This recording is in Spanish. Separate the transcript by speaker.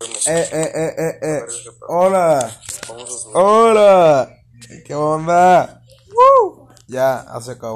Speaker 1: eh, eh, eh, eh, eh. Hola. Hola. ¿Qué onda? ¡Woo! Ya, se acabó.